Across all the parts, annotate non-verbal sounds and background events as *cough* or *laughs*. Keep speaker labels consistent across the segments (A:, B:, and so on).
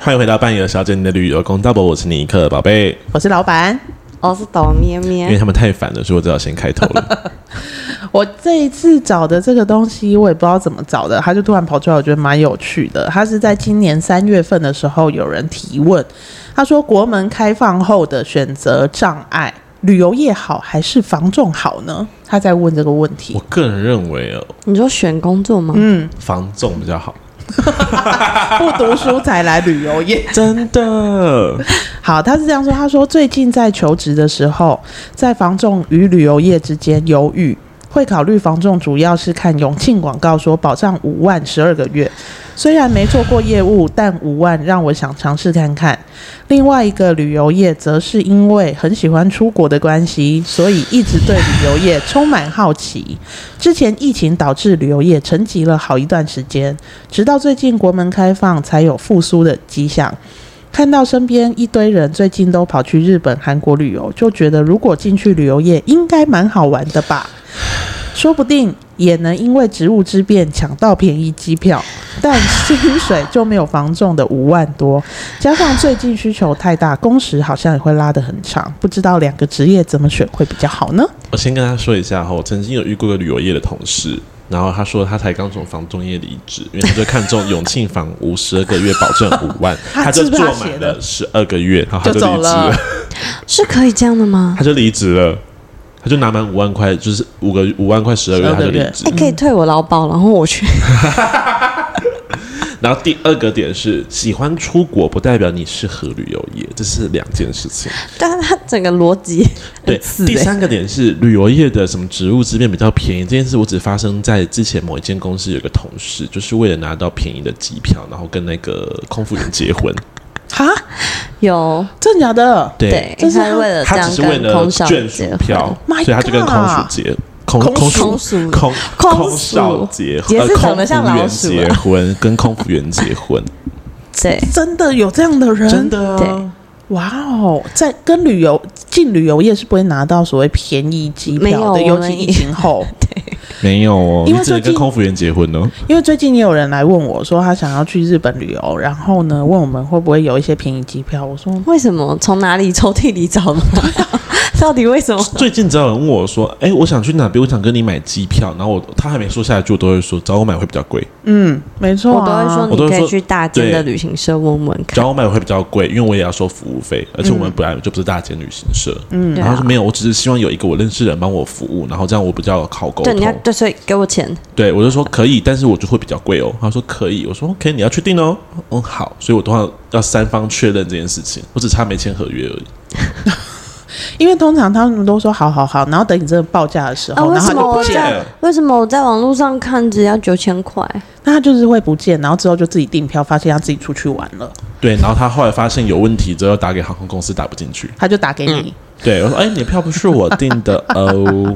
A: 欢迎回到半夜小姐你的旅游公道博，我是尼克宝贝。
B: 我是老板。
C: 我哦是董咩
A: 因为
C: 咩，
A: 他们太烦了，所以我只好先开头
B: *laughs*
A: 了。
B: 我这一次找的这个东西，我也不知道怎么找的，它就突然跑出来，我觉得蛮有趣的。它是在今年三月份的时候，有人提问，他说国门开放后的选择障碍，旅游业好还是房仲好呢？他在问这个问
A: 我
B: 题。
A: 个人认为哦，
C: 你说选工作吗？
B: 嗯，
A: 防重比较
B: *laughs*
A: 好，
B: 不读书才来旅游业，
A: 真的。
B: 好，他是这样说，他说最近在求职的时候，在房仲与旅游业之间犹豫。会考虑房仲，主要是看永庆广告说保障五万十二个月。虽然没做过业务，但五万让我想尝试看看。另外一个旅游业，则是因为很喜欢出国的关系，所以一直对旅游业充满好奇。之前疫情导致旅游业沉寂了好一段时间，直到最近国门开放才有复苏的迹象。看到身边一堆人最近都跑去日本、韩国旅游，就觉得如果进去旅游业，应该蛮好玩的吧？说不定也能因为职务之便抢到便宜机票，但薪水就没有房仲的五万多，加上最近需求太大，工时好像也会拉得很长，不知道两个职业怎么选会比较好呢？
A: 我先跟他说一下哈，我曾经有遇过一个旅游业的同事，然后他说他才刚从房仲业离职，因为他就看中永庆房屋十二个月保证五万，
B: *laughs* 他
A: 他就是
B: 不是
A: 做
B: 他写
A: 满
B: 的
A: 了十二个月，然后他
B: 就
A: 就
B: 走
A: 离职
B: 了
A: 了，
C: 是可以这样的
B: 嗯
C: 吗？
A: 他就离职了。他就拿满五万块，就是五个五万块十二个月，
B: 12
A: 他
B: 个
A: 就离
B: 月
A: 职
C: 哎、。可以退我劳保，然后我去。 *laughs*
A: 然后第二个点是，喜欢出国不代表你适合旅游业，这是两件事情。
C: 但是它整个逻辑
A: 对
C: 很刺，
A: 第
C: 欸
A: 三个点是旅游业的什么职务之便比较便宜这件事，我只发生在之前某一间公司有一个同事，就是为了拿到便宜的机票，然后跟那个空服员结婚。
B: 哈，
C: 有
B: 真的假的？
A: 对，
B: 这
C: 就是是
B: 他
C: 为了这
A: 他只
C: 样
A: 是为
C: 跟
A: 了
C: 空少
A: 眷
C: 结
A: 属
C: 婚，
A: 票，
B: My
A: 所以他就跟
B: God
A: 空属结空空
B: 空
C: 空
A: 属
C: 属
A: 空
C: 空
A: 空
C: 属
A: 少结
C: 也
A: 呃
C: 是
A: 空
C: 长得像
A: 服员
C: 老鼠啊
A: 结婚，跟空服员结婚，
C: 对
B: 真的有这样的人？
A: 真的
C: 对
A: 啊。
B: 哇哦，在跟旅游进旅游业是不会拿到所谓便宜机票的，
C: 没有
B: 尤
C: 我们
B: 其疫情
C: *laughs*
B: 后。
A: 没有哦，
B: 因为
A: 你只能
B: 最近
A: 跟空服员结婚哦。
B: 因为最近也有人来问我说他想要去日本旅游，然后呢问我们会不会有一些便宜机票，我说
C: 为什么？从哪里抽屉里找的？
A: 啊
C: *laughs* 到底为什么？
A: *laughs* 最近只要有人问我说：“哎、我想去哪边？我想跟你买机票。”然后我他还没说下一句，我都会说：“找我买会比较贵，
B: 嗯，没错、
C: 我
B: 啊，
C: 都会说，
A: 我都
C: 你
A: 会
C: 可以
A: 说
C: 去大间
A: 对
C: 的旅行社问问看。
A: 找我买会比较贵，因为我也要收服务费，而且我们本来就不是大间旅行社。”嗯，
C: 嗯对
A: 然后他说
C: 啊，
A: 没有，我只是希望有一个我认识的人帮我服务，然后这样我比较好沟
C: 对，你要
A: 通。
C: 对，所以给我钱。
A: 对我就说可以，但是我就会比较贵哦。他说可以，我说 OK，你要确定哦。嗯，好，所以我通常要三方确认这件事情，我只差没签合约而已。
B: 因为通常他们都说好好好，然后等你真的报价的时候，
C: 啊为
B: 哦然后
C: 什
B: 他
C: 么
B: 就不
C: 我
B: 见
C: 这样
B: 了，
C: 为什么我在网络上看只要九千块？
B: 那他就是会不见，然后之后就自己订票，发现他自己出去玩了，
A: 对，然后他后来发现有问题之后，打给航空公司打不进去。
B: 他就打给
C: 嗯
B: 你，
A: 对我说：“哎、你的票不是我订的 *laughs* 哦。”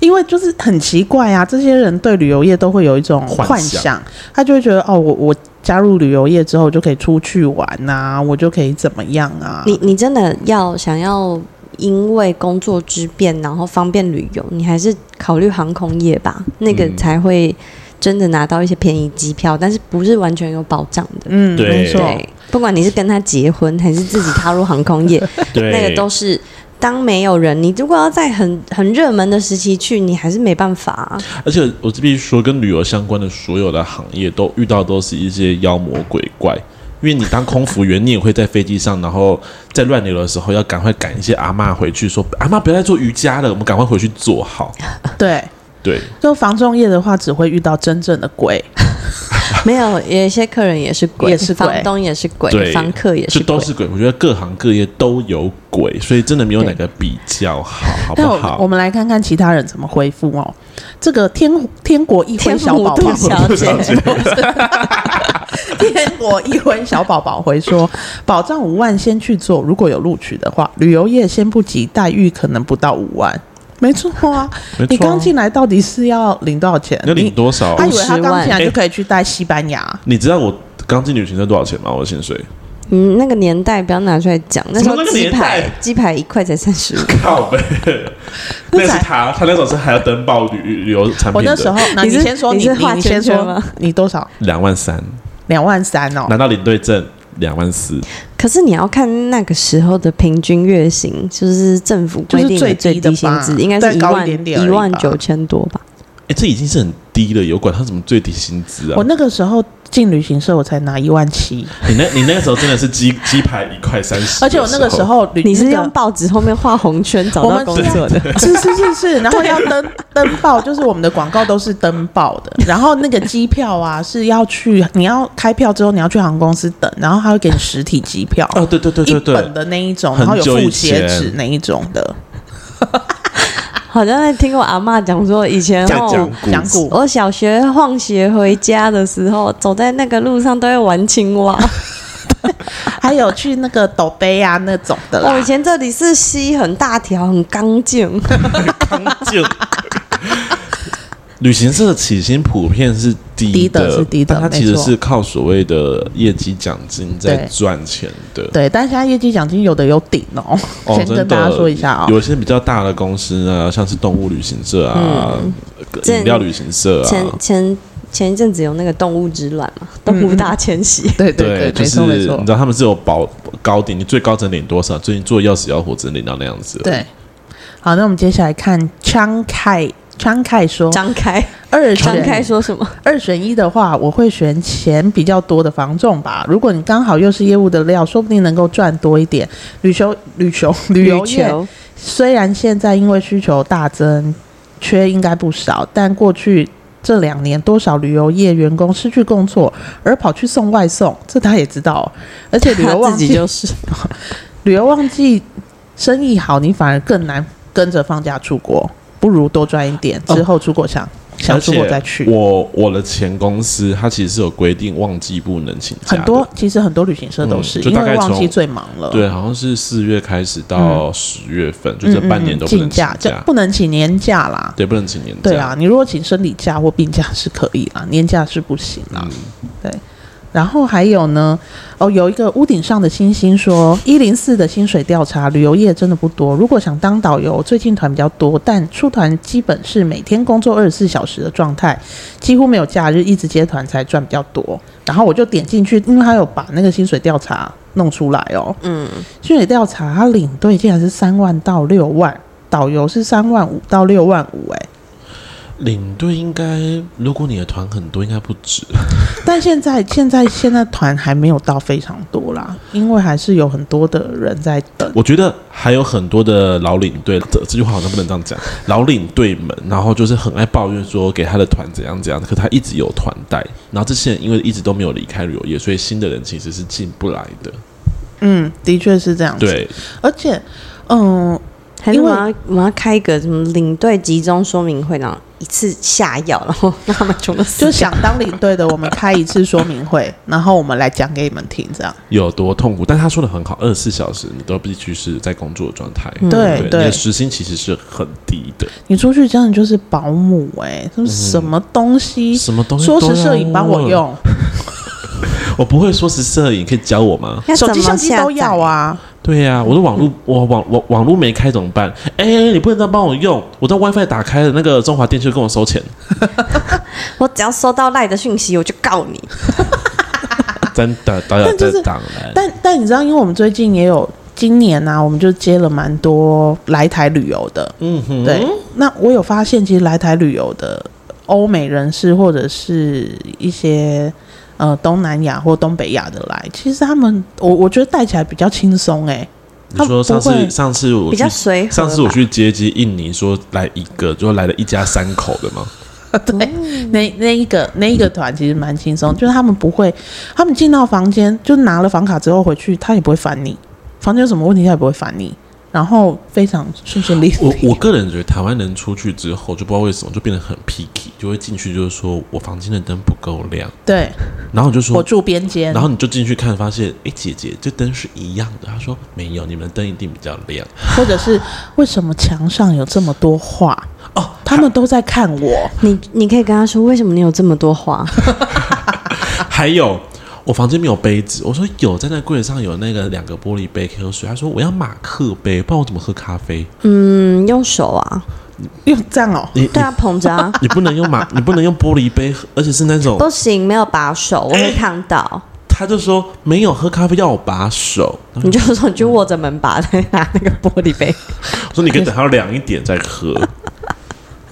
B: 因为就是很奇怪啊，这些人对旅游业都会有一种
A: 幻
B: 幻
A: 想
B: 想，他就会觉得哦，我我加入旅游业之后，我就可以出去玩啊，我就可以怎么样啊？
C: 你你真的要想要因为工作之便，然后方便旅游，你还是考虑航空业吧，那个
A: 嗯
C: 才会真的拿到一些便宜机票，但是不是完全有保障的。
B: 嗯，
A: 对
B: 没错，
C: 对，不管你是跟他结婚，还是自己踏入航空业，
A: 对，
C: 那个都是。当没有人，你如果要在很很热门的时期去，你还是没办法、啊。
A: 而且我这边说，跟旅游相关的所有的行业都遇到都是一些妖魔鬼怪。因为你当空服员，你也会在飞机上，然后在乱流的时候，要赶快赶一些阿嬷回去，说 *laughs* 阿嬷不要再做瑜伽了，我们赶快回去做好。
B: 对。
A: 对，
B: 就防重业的话，只会遇到真正的鬼，
A: 哦
C: 没有，有一些客人也是鬼，
B: 也是鬼
C: 房东也是
A: 对
C: 鬼，房客也是
A: 这
C: 鬼，
A: 都是鬼。我觉得各行各业都有鬼，所以真的没有哪个比较好，好不
B: 那
A: 好？
B: 我我们来看看其他人怎么回复哦。这个天天国一
C: 天
B: 辉小宝
C: 母
B: 宝
C: 杜，小姐。
B: *laughs* 天国一辉小宝宝回说，保障五万先去做，如果有录取的话，旅游业先不急，待遇可能不到五万。没错啊，
A: 没错啊
B: 你刚进来到底是要领多少钱？
A: 你要领多少
B: 你？他以为他刚进
C: 50
B: 来
A: 万
B: 就可以去带西班牙，
A: 你知道我刚进旅行社多少钱吗？我的薪水？
C: 嗯，那个年代不要拿出来讲，那时
A: 什么那
C: 候
A: 个
C: 鸡
A: 年代
C: 排鸡排一块才三十五，
A: 靠呗， *laughs* 那
B: 那才
A: 是他，他那种是还要登报旅旅游产
B: 我
A: 品
B: 那时
A: 的，
B: 候，那
C: 你
B: 你
C: 是
B: 先说，
C: 你
B: 你
C: 是画
B: 你先
C: 圈圈
B: 说
C: 吗，
B: 你多少？
A: 两万三，
B: 两万三哦，
A: 拿到领队证两万四，
C: 可是你要看那个时候的平均月薪，就是政府规定
B: 就是最低
C: 最
B: 的
C: 低薪
B: 吧
C: 资，应该
B: 再
C: 是一
B: 高一
C: 万
B: 点点而
C: 一
B: 已吧
C: 万九千多吧。
A: 哎，这已经是很低了，有管他什么最低薪资啊
B: 我？那个时候进旅行社，我才拿一万七，
A: 你那你那个时候真的是鸡鸡排一块三十，
B: 而且我那个时候旅
C: 你是
B: 那个
C: 用报纸后面画红圈找
B: 我
C: 到
B: 们
C: 工
B: 是
C: 作的，
B: *laughs* 是是是是，然后要登登报，就是我们的广告都是登报的。 *laughs* 然后那个机票啊是要去，你要开票之后你要去航空公司等，然后他会给你实体机票，
A: 哦，对对对对
B: 一
A: 对
B: 本，的那一种，
A: 很
B: 然后有
A: 久以
B: 附贴
A: 前
B: 纸那一种的
C: *laughs* 好像在听我阿嬷讲说，以前
A: 讲
C: 哦，
A: 古
B: 讲古。
C: 我小学放学回家的时候，走在那个路上都会玩青
B: *laughs*
C: 蛙。
B: 还有去那个斗杯啊那种的
C: 我、
B: 啦
C: 哦以。前这里是溪，很大条，很干净。
A: 康健。旅行社的起薪普遍是低
B: 低的是低的
A: 但它其
B: 没
A: 实
B: 错
A: 是靠所谓的业绩奖金在
B: 对
A: 赚钱的。
B: 对，但现在业绩奖金有的有顶哦，
A: 哦
B: 先跟
A: 真的
B: 大家说一下哦。
A: 有一些比较大的公司啊，像是动物旅行社啊、
B: 嗯
C: 这
A: 饮料旅行社啊，
C: 前前前一阵子有那个动物之卵嘛，
B: 嗯
C: 动物大迁徙。
B: 对
A: 对，
B: 对
A: 就
B: 没
A: 是
B: 错没
A: 你
B: 错
A: 知，道他们是有保高顶，你最高只能领多少？最近做要死要活只能领到那样子。，
B: 对。好，那我们接下来看张凯，张凯说
C: 张开，
B: 二
C: 张
B: 选
C: 开说什么？
B: 二选一的话，我会选钱比较多的房仲吧。如果你刚好又是业务的料，说不定能够赚多一点。旅游旅游旅游业
C: 球
B: 虽然现在因为需求大增，缺应该不少，但过去这两年多少旅游业员工失去工作，而跑去送外送，这他也知道哦。而且旅游
C: 他
B: 旺
C: 自己
B: 季，
C: 就是。
B: 旅游旺季生意好，你反而更难跟着放假出国，不如多赚一点，之后出国想、想
A: 哦而
B: 出国
A: 且
B: 再去。
A: 我我的前公司它其实是有规定，旺季不能请假的。
B: 很多其实很多旅行社都是，
A: 嗯就
B: 因
A: 大概
B: 为旺
A: 从
B: 季最忙了。
A: 对，好像是四月开始
B: 嗯
A: 到十月份，就这半年都不
B: 请
A: 能请
B: 假，这不能请年假啦。
A: 对，不能请年假。嗯
B: 对啊，，你如果请生理假或病假是可以啦，年假是不行啦。对，然后还有呢，哦，有一个屋顶上的星星说，一零四的薪水调查，旅游业真的不多。如果想当导游，最近团比较多，但出团基本是每天工作二十四小时的状态，几乎没有假日，一直接团才赚比较多。然后我就点进去，因为他有把那个薪水调查弄出来哦。
C: 嗯，
B: 薪水调查，他领队竟然是三万到六万，导游是三万五到六万五、哎。
A: 领队应该，如果你的团很多，应该不止。
B: 但现在现在现在团还没有到非常多啦，因为还是有很多的人在等。
A: 我觉得还有很多的老领队，这这句话好像不能这样讲。老领队们，然后就是很爱抱怨说给他的团怎样怎样，可他一直有团带，然后这些人因为一直都没有离开旅游业，所以新的人其实是进不来的。
B: 嗯，的确是这样子。
A: 对，
B: 而且，嗯，
C: 还是
B: 因
C: 我
B: 为
C: 要我们要开一个什么领队集中说明会，然后一次下药，然后让他们全部死
B: 就
C: 掉
B: 想当领队的，我们开一次说明会， *laughs* 然后我们来讲给你们听，这样。
A: 有多痛苦，但他说的很好，二十四小时你都必须是在工作的状态。
B: 嗯对
A: 你
B: 对
A: 的时薪其实是很低的。
B: 你出去真的就是保姆哎、欸，什么东西？
A: 什么嗯东西？
B: 说是摄影帮我，用，
A: 我不会说是摄影，可以教我吗？
C: 要
B: 手
C: 怎
B: 机
C: 么
B: 相机
C: 下
B: 都
C: 载
B: 要。啊。
A: 对呀、我的网络，我网网网络没开怎么办？哎、你不能这样帮我用，我的 WiFi 打开了，那个中华电信跟我收
C: *laughs*
A: 钱，
C: 我只要收到赖的讯息，我就告你。
A: 真的，当然
B: 但就是
A: 这当然，
B: 但但你知道，因为我们最近也有今年呢、啊，我们就接了蛮多来台旅游的，
A: 嗯哼，
B: 对，那我有发现，其实来台旅游的欧美人士或者是一些呃东南亚或东北亚的来，其实他们我我觉得带起来比较轻松
A: *laughs*
B: 哎，
A: 你说上
B: 他不
A: 次
B: 会
A: 上次我
C: 比
A: 去
C: 较随和吧
A: 上次我去接机印尼，说来一个，就来了一家三口的嘛，
B: 对，
A: 嗯
B: 那那一个那一个团其实蛮轻松，就是他们不会，他们进到房间就拿了房卡之后回去，他也不会烦你，房间有什么问题他也不会烦你，然后非常顺顺利
A: 我
B: 利。
A: 我个人觉得台湾人出去之后，就不知道为什么就变得很 picky，就会进去就是说我房间的灯不够亮，
B: 对
A: 然后我就说
B: 我住边间
A: 然，后你就进去看，发现，哎，姐姐，这灯是一样的。她说没有，你们的灯一定比较亮。
B: 或者是为什么墙上有这么多画？哦，他们都在看我。
C: 你你可以跟他说，为什么你有这么多话？
B: *laughs*
A: 还有，我房间没有杯子。我说有，在那柜子上有那个两个玻璃杯可以喝水。她说我要马克杯，不然我怎么喝咖啡？
C: 嗯，用手啊，
B: 又这样哦，
A: 你你
C: 对啊，捧
B: *laughs*
C: 着啊，
A: *laughs* 你不能用马，你不能用玻璃杯，而且是那种
C: 不行，没有把手，我会烫到。
A: 他就说没有喝咖啡要我把手，
B: 嗯
C: 你就说你就握着门把，再拿那个玻璃杯。
A: 我说你可以等他凉一点再喝。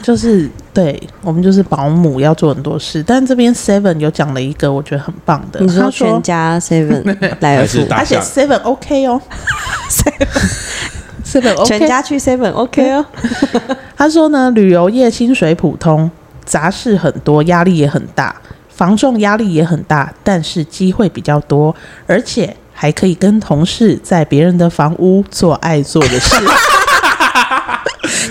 B: 就是对我们就是保姆要做很多事，但这边 Seven 有讲了一个我觉得很棒的，
C: 你
B: 他
C: 说
B: *laughs*
C: 全家 seven 来
A: 还
C: 尔
A: 是
C: 富，
A: 大
B: 而且
A: 象
B: Seven OK
C: *laughs*
B: 哦 *laughs* ，Seven OK，嗯
C: 全家去 seven OK 哦。
B: 他说呢，旅游业薪水普通，杂事很多，压力也很大，防重压力也很大，但是机会比较多，而且还可以跟同事在别人的房屋做爱做的
C: *laughs*
B: 事。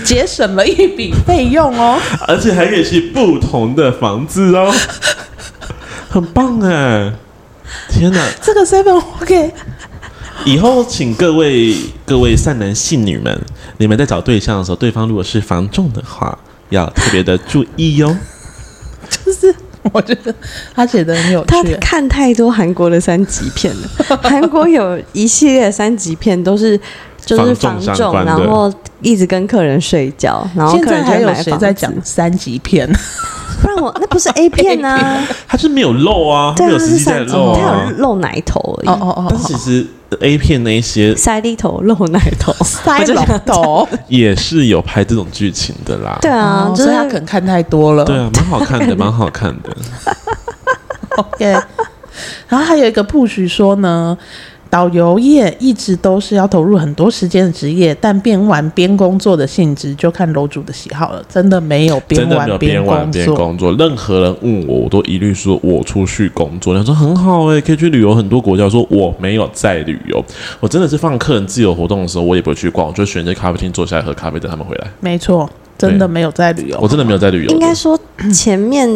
B: 节省了一笔费用哦，
A: 而且还可以去不同的房子哦，很棒哎！天哪，
B: 这个 seven OK，
A: 以后请各位各位善男信女们，你们在找对象的时候，对方如果是房仲的话，要特别的注意哦哟、
B: 就是我觉得他写的很有
C: 他
B: 趣，
C: 看太多韩国的三级片
B: *laughs*
C: 了，韩国有一系列的三级片都是就是
A: 房
C: 房
A: 仲相
C: 仲，
A: 关的
C: 然后一直跟客人睡觉，然后
B: 现
C: 客
B: 在
C: 人就
B: 还
C: 会
B: 有
C: 买
B: 谁
C: 房
B: 在
C: 子
B: 讲三级片？
C: 不然我那
B: *laughs*
C: 不是 A 片啊，
A: 他是没有漏啊，他
C: 对
A: 没
C: 啊，
A: 有
C: 它
A: 实
C: 是
A: 际在
C: 三级，
A: 漏
C: 它
A: 啊
C: 有。露奶头而已，
B: 哦哦
A: 但其实 A 片那些
C: 塞里头露奶头，
B: *laughs* 塞
C: 我就
B: 龙
C: 想
B: 头，
A: 也是有拍这种剧情的啦。
C: 对 *laughs* 啊，
B: 哦
C: 就
B: 所
C: 是
B: 以他可能看太多了。
A: 对啊，蛮好看
C: *laughs*
A: 的，蛮好看的。
B: OK，然后还有一个 push 说呢，导游业一直都是要投入很多时间的职业，但边玩边工作的性质就看楼主的喜好了，真的没有边
A: 真的没有
B: 玩
A: 边玩
B: 工
A: 边
B: 作。
A: 工作，任何人问我，我都一律说我出去工作。他说很好哎、可以去旅游很多国家。我说我没有在旅游，我真的是放客人自由活动的时候，我也不会去逛，我就选一些咖啡厅坐下来喝咖啡，等他们回来。
B: 没错，真的没有在旅游。
A: 我真的没有在旅游的，
C: 应该说
A: *clears throat*
C: 前面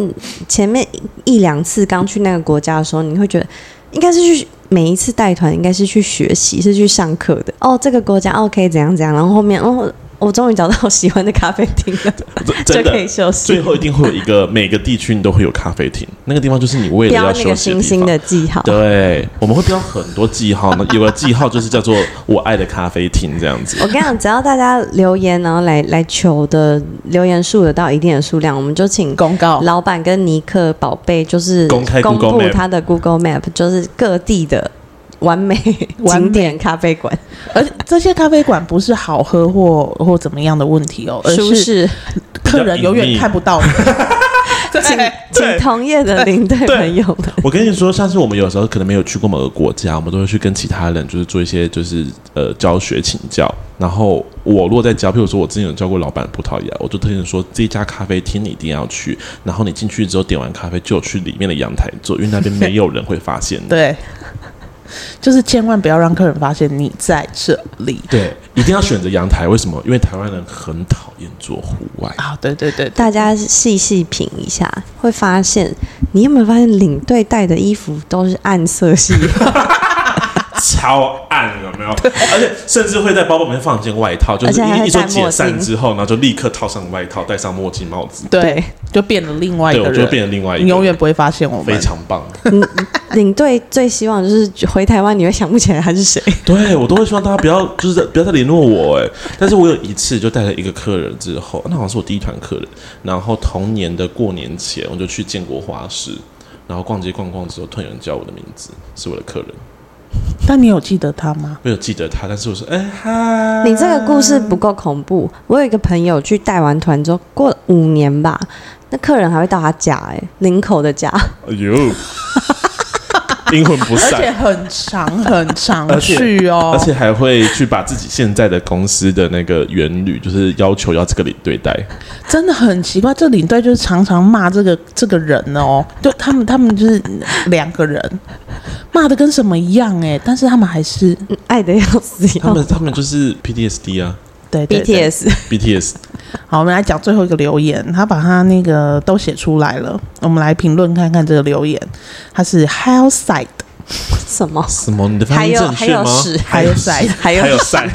C: 前面一两次刚去那个国家的时候，你会觉得应该是去每一次带团应该是去学习，是去上课的。哦，这个国家 OK 怎样怎样，然后后面哦。我终于找到我喜欢的咖啡厅了， *laughs*
A: 真
C: 就
A: 真
C: 可以
A: 的。
C: 休
A: 最
C: 息。
A: 后一定会有一个，每个地区你都会有咖啡厅，那个地方就是你为了
C: 标
A: 要
C: 那
A: 休
C: 个
A: 息
C: 星
A: 地
C: 星
A: 方。
C: 的记号，
A: 对，我们会标很多记号呢，有个记号就是叫做“我爱的咖啡厅”这样子。
C: 我跟你讲，只要大家留言，然后来来求的留言数有到一定的数量，我们就请
B: 公告
C: 老板跟尼克宝贝就是
A: 哦公开
C: 公
A: Google
C: 布
A: Map
C: 他的 Google Map，就是各地的完美
B: 完美
C: 景点咖啡馆，
B: 而且这些咖啡馆不是好喝或或怎么样的问题哦，而
C: 舒
B: 是
C: *laughs* 适，
B: 客人永远看不到你。*laughs*
C: 请
B: 对，
C: 请同业的领队
A: 对
C: 朋友们，
A: *laughs* 我跟你说，像是我们有时候可能没有去过某个国家，我们都会去跟其他人就是做一些就是呃教学请教。然后我若在教，譬如说我之前有教过老板葡萄牙，我就推荐说这家咖啡厅你一定要去。然后你进去之后点完咖啡就去里面的阳台坐，因为那边没有人会发现你。
B: 对，就是千万不要让客人发现你在这里
A: 对，一定要选择阳台。为什么？因为台湾人很讨厌坐户外。
B: 啊！对对对对，
C: 大家细细品一下，会发现你有没有发现领队带的衣服都是暗色系？ *laughs*
A: 超暗，有没有？而且甚至会在包包里面放一件外套，就
C: 而
A: 是
C: 且还
A: 一
C: 会
A: 一说
C: 戴墨
A: 解散
C: 镜
A: 之后，然后就立刻套上外套，戴上墨镜、帽
C: *laughs*
A: 子。
B: 对，就变了另外一
A: 对，
B: 个
A: 我
B: 人，
A: 就变成另外一个，
B: 你永远不会发现我
A: 非
B: 们。
A: 常棒。
C: 领队最希望就是回台湾，你会想不起来他是谁。
A: 对我都会希望大家不要，就是在不要再联络我哎。但是我有一次就带了一个客人之后，那好像是我第一团客人，然后同年的过年前我就去建国花市，然后逛街逛逛之后，突然有人叫我的名字，是我的客人，
B: 但你有记得
A: *laughs*
B: 他吗？
A: 没有记得他，但是我说哎嗨，
C: *laughs* 你这
A: *laughs*
C: 个故事不够恐怖。我有一个朋友去带完团之后，过了五年吧，那客人还会到他家、哎，林口的家，
A: 哎呦，
C: *laughs*
A: 阴魂不
B: 而且
A: 散。
B: 很长很长
A: 而且
B: 去哦，
A: *laughs* 而且还会去把自己现在的公司的那个原旅，就是要求要这个领队带，
C: 哦
B: 真的很奇怪。这领队就是常常骂这个这个人哦，就他们他们就是两个人骂的跟什么一样哎，但是他们还是
C: 嗯爱的要死
A: 他
C: 要
A: 们他们就是 PTSD 啊
B: 对对对
C: BTS。
A: ，BTS
B: 好，我们来讲最后一个留言，他把他那个都写出来了，我们来评论看看这个留言，他是 Hellside
C: 什么？
A: 什么？你的发
C: 还
A: 音
C: 有
A: 正
C: 还
A: 确
C: 有
A: 吗？
C: 屎，
B: 还有晒
C: 还
A: *laughs*
C: 有
A: 还有晒，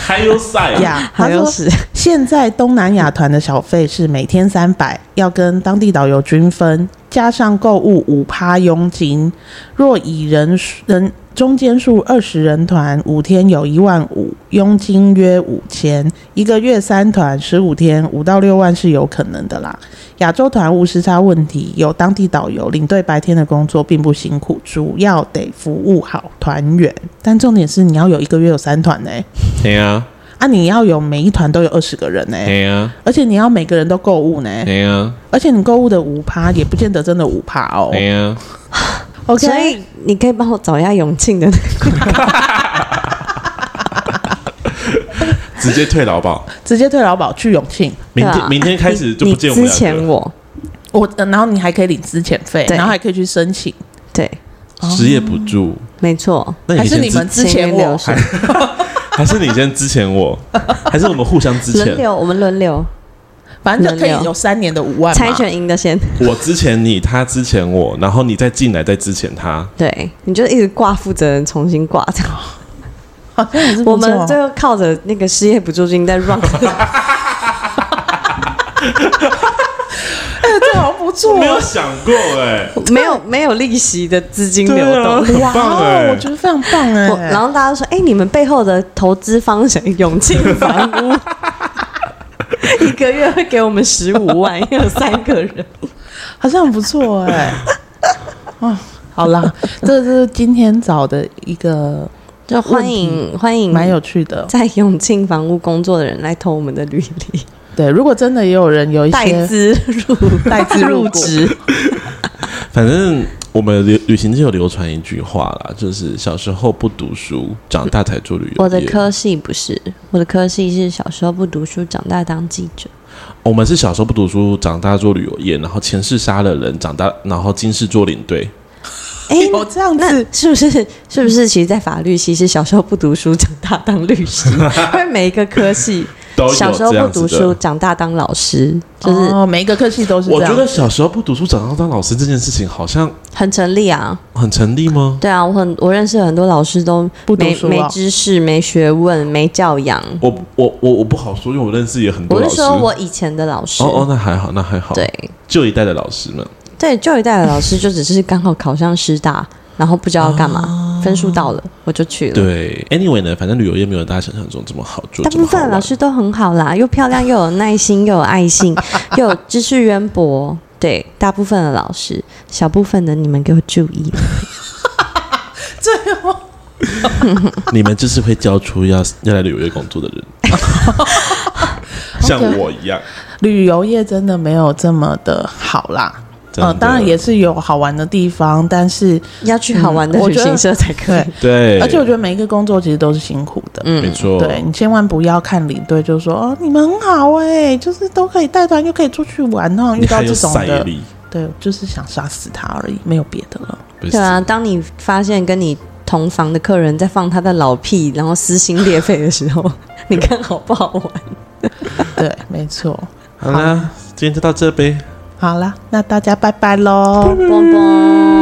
A: 还有啊晒
B: 呀，他
C: 还有
B: 说
C: 屎，
B: 现在东南亚团的小费是每天三百，要跟当地导游均分，加上购物五趴佣金。若以人数人中间数二十人团，五天有一万五，佣金约五千，一个月三团，十五天五到六万是有可能的啦。亚洲团无时差问题，有当地导游领队，白天的工作并不辛苦，主要得服务好团员。但重点是你要有一个月有三团呢、
A: 嘿呀，
B: 啊，你要有每一团都有二十个人呢、
A: 嘿呀，
B: 而且你要每个人都购物呢、
A: 嘿呀，
B: 而且你购物的五趴也不见得真的五趴
C: Oh
B: 哦。
A: 嘿啊
C: *laughs*
A: 呀，
B: OK，
C: 所以你可以帮我找一下永庆的那个
A: 直接退劳保，
B: 直接退劳保去永庆，
A: 明
C: 对啊
A: 天明天开始就不
C: 你你
A: 见我们
C: 之
A: 两个
C: 前
A: 了。
C: 我
B: 我呃然后你还可以领资遣费，
C: 对
B: 然后还可以去申请，
C: 对，哦
A: 失业补助，
C: 没错，
A: 那
B: 还
A: 你
B: 是
A: 先
B: 你们
A: 之，
B: 之前
C: 行云流
B: 我
C: 水
A: 还是你先之前我，还是我们互相之
C: 轮
A: 前，
C: 流，我们轮流
B: 反正就可
C: 轮
B: 以
C: 流
B: 有三年的五万嘛
C: 猜拳赢的先，
A: 我之前你，他之前我，然后你再进来再之前他，
C: 对，你就一直挂负责人，重新挂这样。
B: 好像也是不
C: 我
B: 错
C: 们最后靠着那个失业补助金
A: *laughs*
C: 在
B: 哎
C: run，
B: *laughs* 这好像不错
A: 没有想过哎，
C: 没有没有利息的资金
A: 对
C: 流
A: 啊，
C: 动。
A: 很
B: 哇
A: 棒
B: 哦，我
A: 哎
B: 觉。得非常棒哎
C: 我，然后大家说：“哎、你们背后的投资方向永庆房屋，一个月会给我们十五万，因为有三个人。
B: 好像很不错
C: *laughs*
B: 哎，哇，好啦，这是今天找的一个
C: 就欢迎欢迎
B: 蛮有趣的，
C: 在永庆房屋工作的人来投我们的履历，
B: 对，如果真的也有人有一
C: 代
B: 些
C: 资 *laughs* 入
B: 代资入股
C: 职，
A: 反正我们旅旅行界有流传一句话啦，就是小时候不读书，长大才做旅游业。
C: 我的科系不是，我的科系是小时候不读书，长大当记者。
A: 我们是小时候不读书，长大做旅游业，然后前世杀了人，长大然后今世做领队。
C: *laughs* 哎、
B: *laughs* 有这样
C: 那
B: 子，
C: 是不是是不是？其实，在法律系是小时候不读书，长大当律师，因为每一个科系
A: 都有
C: 小时候
A: 这
C: 不
A: 样子的
C: 读书，长大当老师，就是
B: 哦，每一个科系都是这
A: 我
B: 样
A: 觉得小时候不读书，长大当老师这件事情好像
C: 很成立啊。
A: 很成立吗？
C: 对啊，我很我认识很多老师都
B: 不读
C: 没
B: 书
C: 没
B: 啊
C: 知识、没学问、没教养。
A: 我我我我不好说，因为我认识也很多
C: 我
A: 老
C: 是
A: 师。
C: 说我以前的老师，
A: 哦哦，那还好，那还好。，
C: 对
A: 旧一代的老师们，
C: 对，旧一代的老师就只是刚好考上师大，然后不知道要干嘛，分数到了我就去了。
A: 啊对。Anyway 呢，反正旅游业没有大家想象中这么好做，
C: 大
A: 这
C: 部
A: 么好
B: 啊
C: 分的
A: 玩
C: 老师都很好啦，又漂亮又有耐心，又有爱心，又有知识渊博。对，大部分的老师，小部分的你们给我注意。
A: 你们就是会教出要要来旅游业工作的
B: *laughs*
A: 人，像我一样。
B: 旅游业真的没有这么的好啦。
A: 真的
B: 呃，当然也是有好玩的地方，但是
C: 要去好玩
B: 嗯
C: 的
B: 我
C: 旅
B: 觉得
C: 行社才可以
B: 对。，
A: 对，嗯
B: 而且我觉得每一个工作其实都是辛苦的。
A: 得没错，
B: 对你千万不要看领队就说哦，你们很好哎、就是都可以带团，又可以出去玩，然后遇
A: 你
B: 到
A: 还
B: 这
A: 有
B: 种
A: 赛
B: 的，
A: 力，
B: 对，啊就是想杀死他而已，没有别的了。
A: 不是
C: 对啊，当你发现跟你同房的客人在放他的老屁，然后撕心裂肺的时候， *laughs* 你看好不好玩？
B: 对，没错。
A: 好啦，今天就到这呗。
B: 好啦，那大家拜拜喽。
C: 嘣嘣。